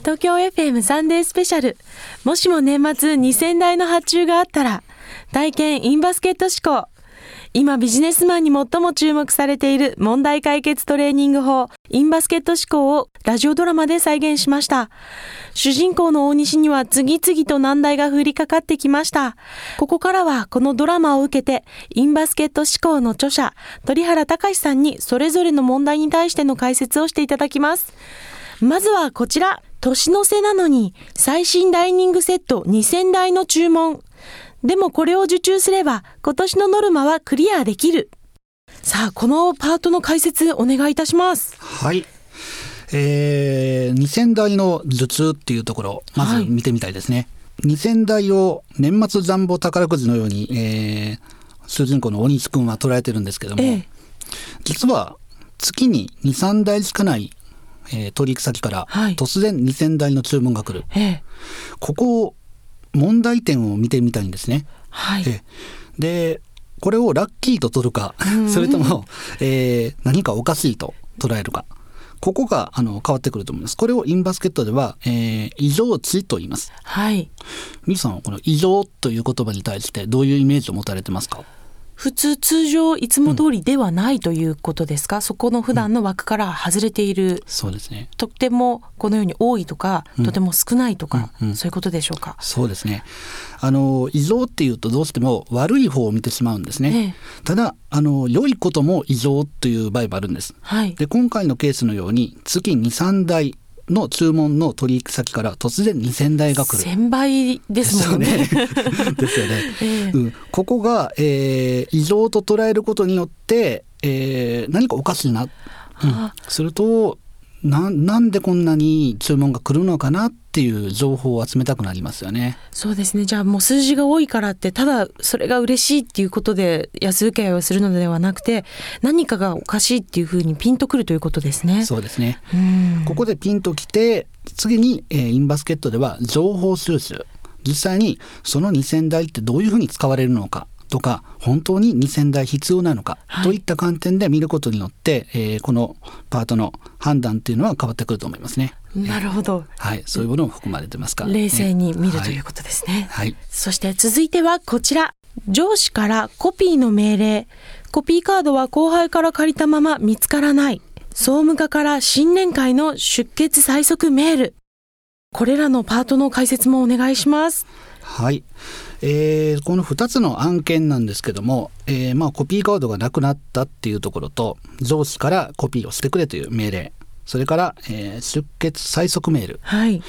東京 FM サンデースペシャル。もしも年末2000台の発注があったら、体験インバスケット思考。今ビジネスマンに最も注目されている問題解決トレーニング法、インバスケット思考をラジオドラマで再現しました。主人公の大西には次々と難題が降りかかってきました。ここからはこのドラマを受けて、インバスケット思考の著者、鳥原隆さんにそれぞれの問題に対しての解説をしていただきます。まずはこちら。年の瀬なのに最新ダイニングセット2000台の注文。でもこれを受注すれば今年のノルマはクリアできる。さあ、このパートの解説お願いいたします。はい。えー、2000台の頭痛っていうところをまず見てみたいですね。2000台を年末残簿宝くじのように、えー、主人公の大西くんは捉えてるんですけども、ええ。実は月に2、3台しかない、えー取引先からはい突然2000台の注文が来る。ええ。ここを問題点を見てみたいんですね。はい。ええでこれをラッキーと取るかそれとも、えー何かおかしいと捉えるかここがあの変わってくると思いますこれをインバスケットでは、えー異常値と言いますはい。ミキさんはこの異常という言葉に対してどういうイメージを持たれてますか普通通常いつも通りではないということですか、そこの普段の枠から外れている、そうですねとてもこのように多いとか、とても少ないとか、うんうんそういうことでしょうか。そうですねあの異常っていうとどうしても悪い方を見てしまうんですね、ただあの良いことも異常という場合もあるんですはい。で今回のケースのように月23台の注文の取引先から突然2,000台が来る。千倍ですもん ね。そうね ですよね。 ええうん、ここが、えー異常と捉えることによって、えー何かおかしいな、うんあ、するとななんでこんなに注文が来るのかなっていう情報を集めたくなりますよね。そうですね。じゃあもう数字が多いからって、ただそれが嬉しいっていうことで安請け合いをするのではなくて、何かがおかしいっていうふうにピンとくるということですね。そうですね。うんここでピンときて次に、えーインバスケットでは情報収集実際にその2000台ってどういうふうに使われるのかとか本当に2000台必要なのか、はいといった観点で見ることによって、えーこのパートの判断っていうのは変わってくると思いますね。なるほど。はい、そういうものも含まれてますから。冷静に見るとはいいうことですね。はい、そして続いてはこちら。上司からコピーの命令。コピーカードは後輩から借りたまま見つからない。総務課から新年会の出血最速メール。これらのパートの解説もお願いします。はいえーこの2つの案件なんですけども、えーまあ、コピーカードがなくなったっていうところと上司からコピーをしてくれという命令それから、えー出血最速メール、はい。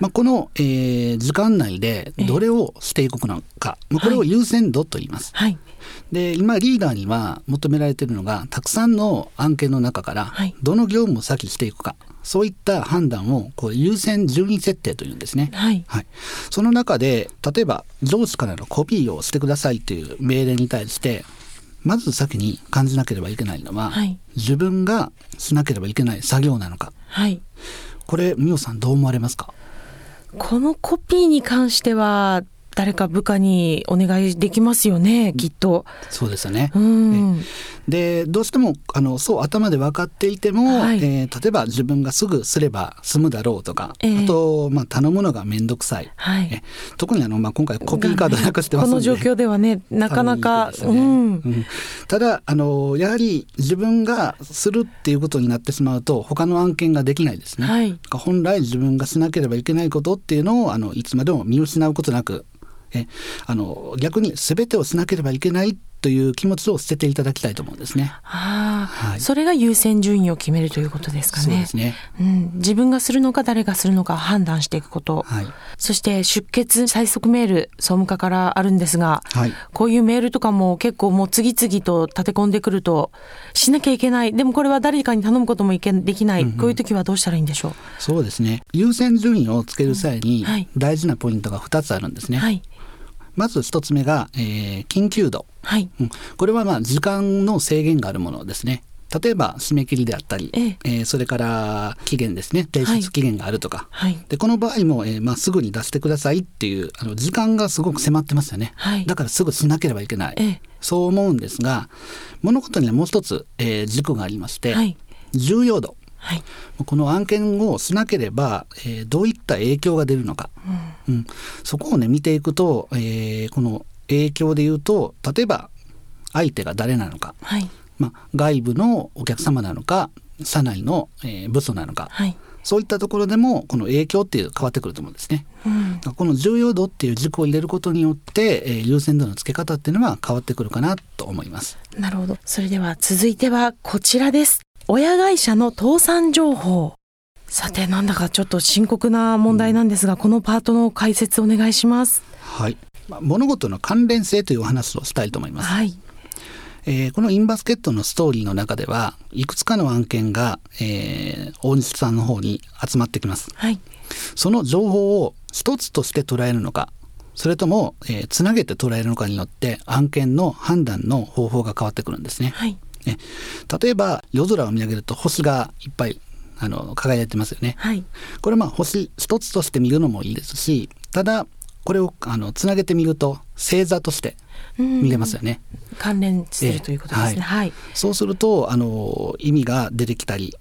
まあ、この、えー時間内でどれをしていくのか、まあ、これをはい優先度と言います、はい。で今リーダーには求められているのがたくさんの案件の中からはいどの業務を先していくかそういった判断をこう優先順位設定というんですね。はい。はい、その中で例えば上司からのコピーをしてくださいという命令に対してまず先に感じなければいけないのは、はい自分がしなければいけない作業なのかはい。これ美桜さんどう思われますかこのコピーに関しては、誰か部下にお願いできますよね、きっと。そうですよね。うん。でどうしてもあのそう頭で分かっていても、はいえー例えば自分がすぐすれば済むだろうとか、ええあと、まあ、頼むのが面倒くさい、はえい。特にあの、まあ、今回コピーカードなくしてますこんでの状況ではね、なかなか、頼みにくいですよねうんただあのやはり自分がするっていうことになってしまうと他の案件ができないですうん。ね、はい。本来自分がしなければいけないことっていうのをあのいつまでも見失うことなくえあの逆に全てをしなければいけないという気持ちを捨てていただきたいと思うんですね。ああ、はいそれが優先順位を決めるということですかね。そうですね、うん、自分がするのか誰がするのか判断していくこと。はいそして出血最速メール総務課からあるんですが、はいこういうメールとかも結構もう次々と立て込んでくるとしなきゃいけないでもこれは誰かに頼むこともいけできない、こういう時はどうしたらいいんでしょう、そうですね優先順位をつける際にはい大事なポイントが2つあるんですね、はいまず1つ目が、えー緊急度はいうんこれはまあ時間の制限があるものですね。例えば締め切りであったり、えええーそれから期限ですね提出期限があるとか、はいでこの場合も、えーまあ、すぐに出してくださいっていうあの時間がすごく迫ってますよね、はいだからすぐしなければいけない、ええそう思うんですが物事にはもう一つ、えー軸がありまして、はい重要度はいこの案件をしなければ、えーどういった影響が出るのか、うんそこをね見ていくと、えーこの影響で言うと例えば相手が誰なのか、はいまあ、外部のお客様なのか社内の、えー部署なのか、はいそういったところでもこの影響っていう変わってくると思うんですね。うんこの重要度っていう軸を入れることによって、えー優先度の付け方っていうのは変わってくるかなと思います。なるほどそれでは続いてはこちらです親会社の倒産情報さてなんだかちょっと深刻な問題なんですが、このパートの解説お願いしますはい、まあ物事の関連性というお話をしたいと思います。はいえーこのインバスケットのストーリーの中ではいくつかの案件が、えー大西さんの方に集まってきます。はいその情報を一つとして捉えるのかそれとも、えーつなげて捉えるのかによって案件の判断の方法が変わってくるんですね。はいね例えば夜空を見上げると星がいっぱいあの輝いてますよね。はいこれまあ星一つとして見るのもいいですしただこれをあのつなげてみると星座として見れますよね。関連するということですねええはいそうするとあの意味が出てきたり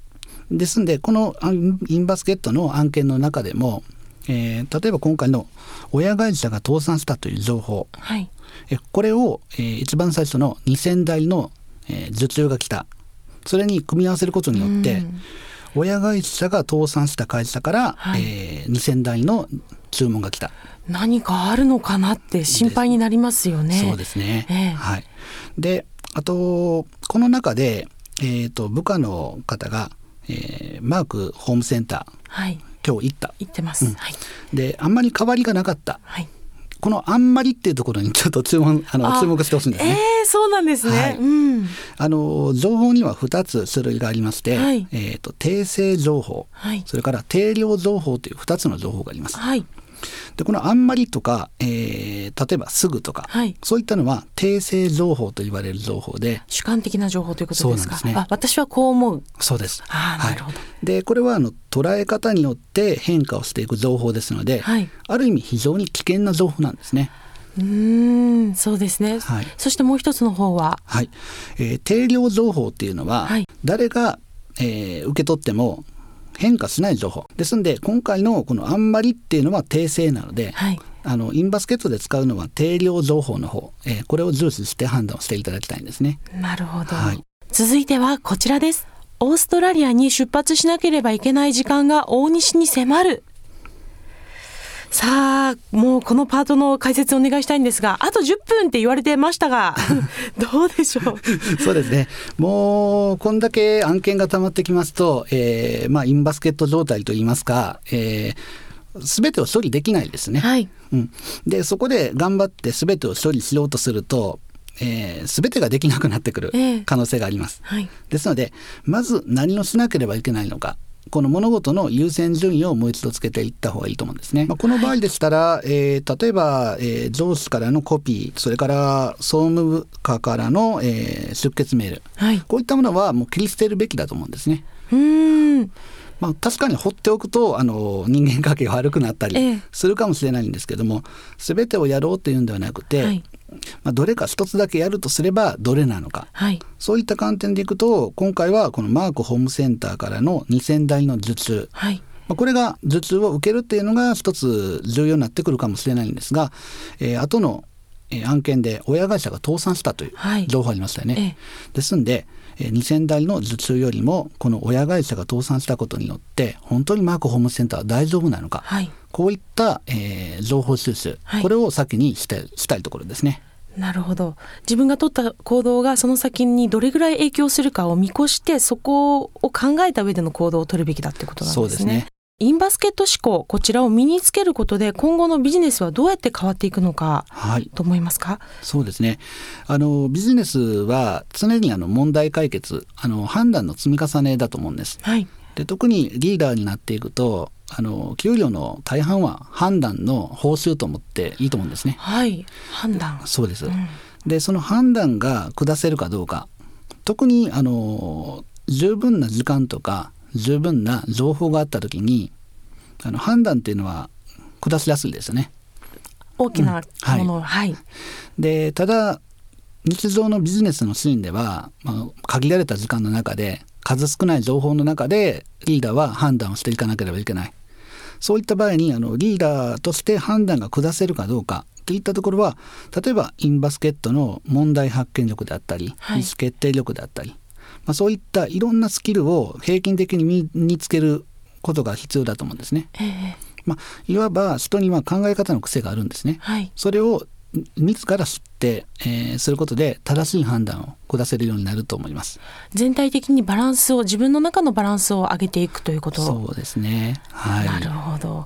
ですんでこのあインバスケットの案件の中でも、えー例えば今回の親会社が倒産したという情報はいえこれを、えー一番最初の2000台の、えー受注が来たそれに組み合わせることによって、うん親会社が倒産した会社から、はいえー2000台の注文が来た、何かあるのかなって心配になりますよねそうですね、ええはい、であとこの中で、えー、と部下の方が、えーマークホームセンターはい今日行った言ってます、うんはいであんまり変わりがなかったはいこの「あんまり」っていうところにちょ っと注目あのあ注目してほしいんですね。ええそうなんですね、はいうんあの情報には2つ種類がありまして、はいえー、と訂正情報はいそれから定量情報という2つの情報があります。はいでこの「あんまり」とか、えー例えば「すぐ」とか、はいそういったのは訂正情報と言われる情報で主観的な情報ということですかそうなんですねあ私はこう思うそうです。ああはいなるほどでこれはあの捉え方によって変化をしていく情報ですので、はいある意味非常に危険な情報なんですね。うーんそうですね、はいそしてもう一つの方ははいえー定量情報っていうのは、はい誰が、えー受け取っても変化しない情報ですので今回のこの「あんまり」っていうのは訂正なので、はいあのインバスケットで使うのは定量情報の方、えーこれを重視して判断をしていただきたいんですね。なるほど、はい続いてはこちらですオーストラリアに出発しなければいけない時間が大西に迫るさあもうこのパートの解説お願いしたいんですがあと10分って言われてました がどうでしょうそうですね。もう、こんだけ案件が溜まってきますと、えーまあ、インバスケット状態といいますか、えすべてを処理できないですね。はいうん。で、そこで頑張ってすべてを処理しようとすると、す、え、べ、全てができなくなってくるええ可能性があります。はいですので、まず何をしなければいけないのか。この物事の優先順位をもう一度つけていった方がいいと思うんですね。まあ、この場合でしたら、えー例えば、えー上司からのコピー、それから総務部下からの、えー出血メール、はいうこういったものはもう切り捨てるべきだと思うんですね。ーんまあ、確かに放っておくとあの人間関係が悪くなったえりえするかもしれないんですけども、全てをやろうというんではなくて、はいまあ、どれか一つだけやるとすればどれなのかはいそういった観点でいくと今回はこのマークホームセンターからの2000台の受注、はいまあ、これが受注を受けるっていうのが一つ重要になってくるかもしれないんですが、えー後のえー案件で親会社が倒産したというはい情報ありましたよね。えですんでえー2000台の受注よりもこの親会社が倒産したことによって本当にマークホームセンターは大丈夫なのか、はいこういった、えー情報収集、はいこれを先にしてしたいところですね。なるほど自分が取った行動がその先にどれぐらい影響するかを見越してそこを考えた上での行動を取るべきだってことなんですね。そうですねインバスケット思考こちらを身につけることで今後のビジネスはどうやって変わっていくのかはい、と思いますかそうですね。あのビジネスは常にあの問題解決、あの判断の積み重ねだと思うんです。はいで特にリーダーになっていくと、あの給料の大半は判断の報酬と思っていいと思うんですね。はい判断そうです。んでその判断が下せるかどうか、特にあの十分な時間とか十分な情報があったときに、あの判断っていうのは下しやすいですよね。大きなはいもの、はい、でただ日常のビジネスのシーンでは、まあ、限られた時間の中で数少ない情報の中でリーダーは判断をしていかなければいけないそういった場合にあのリーダーとして判断が下せるかどうかといったところは例えばインバスケットの問題発見力であったり、はい意思決定力であったり、まあ、そういったいろんなスキルを平均的に身につけることが必要だと思うんですね。ええまあ、いわば人には考え方の癖があるんですね。はいそれを自ら知って、えーすることで正しい判断を下せるようになると思います。全体的にバランスを自分の中のバランスを上げていくということそうですね。はい。なるほど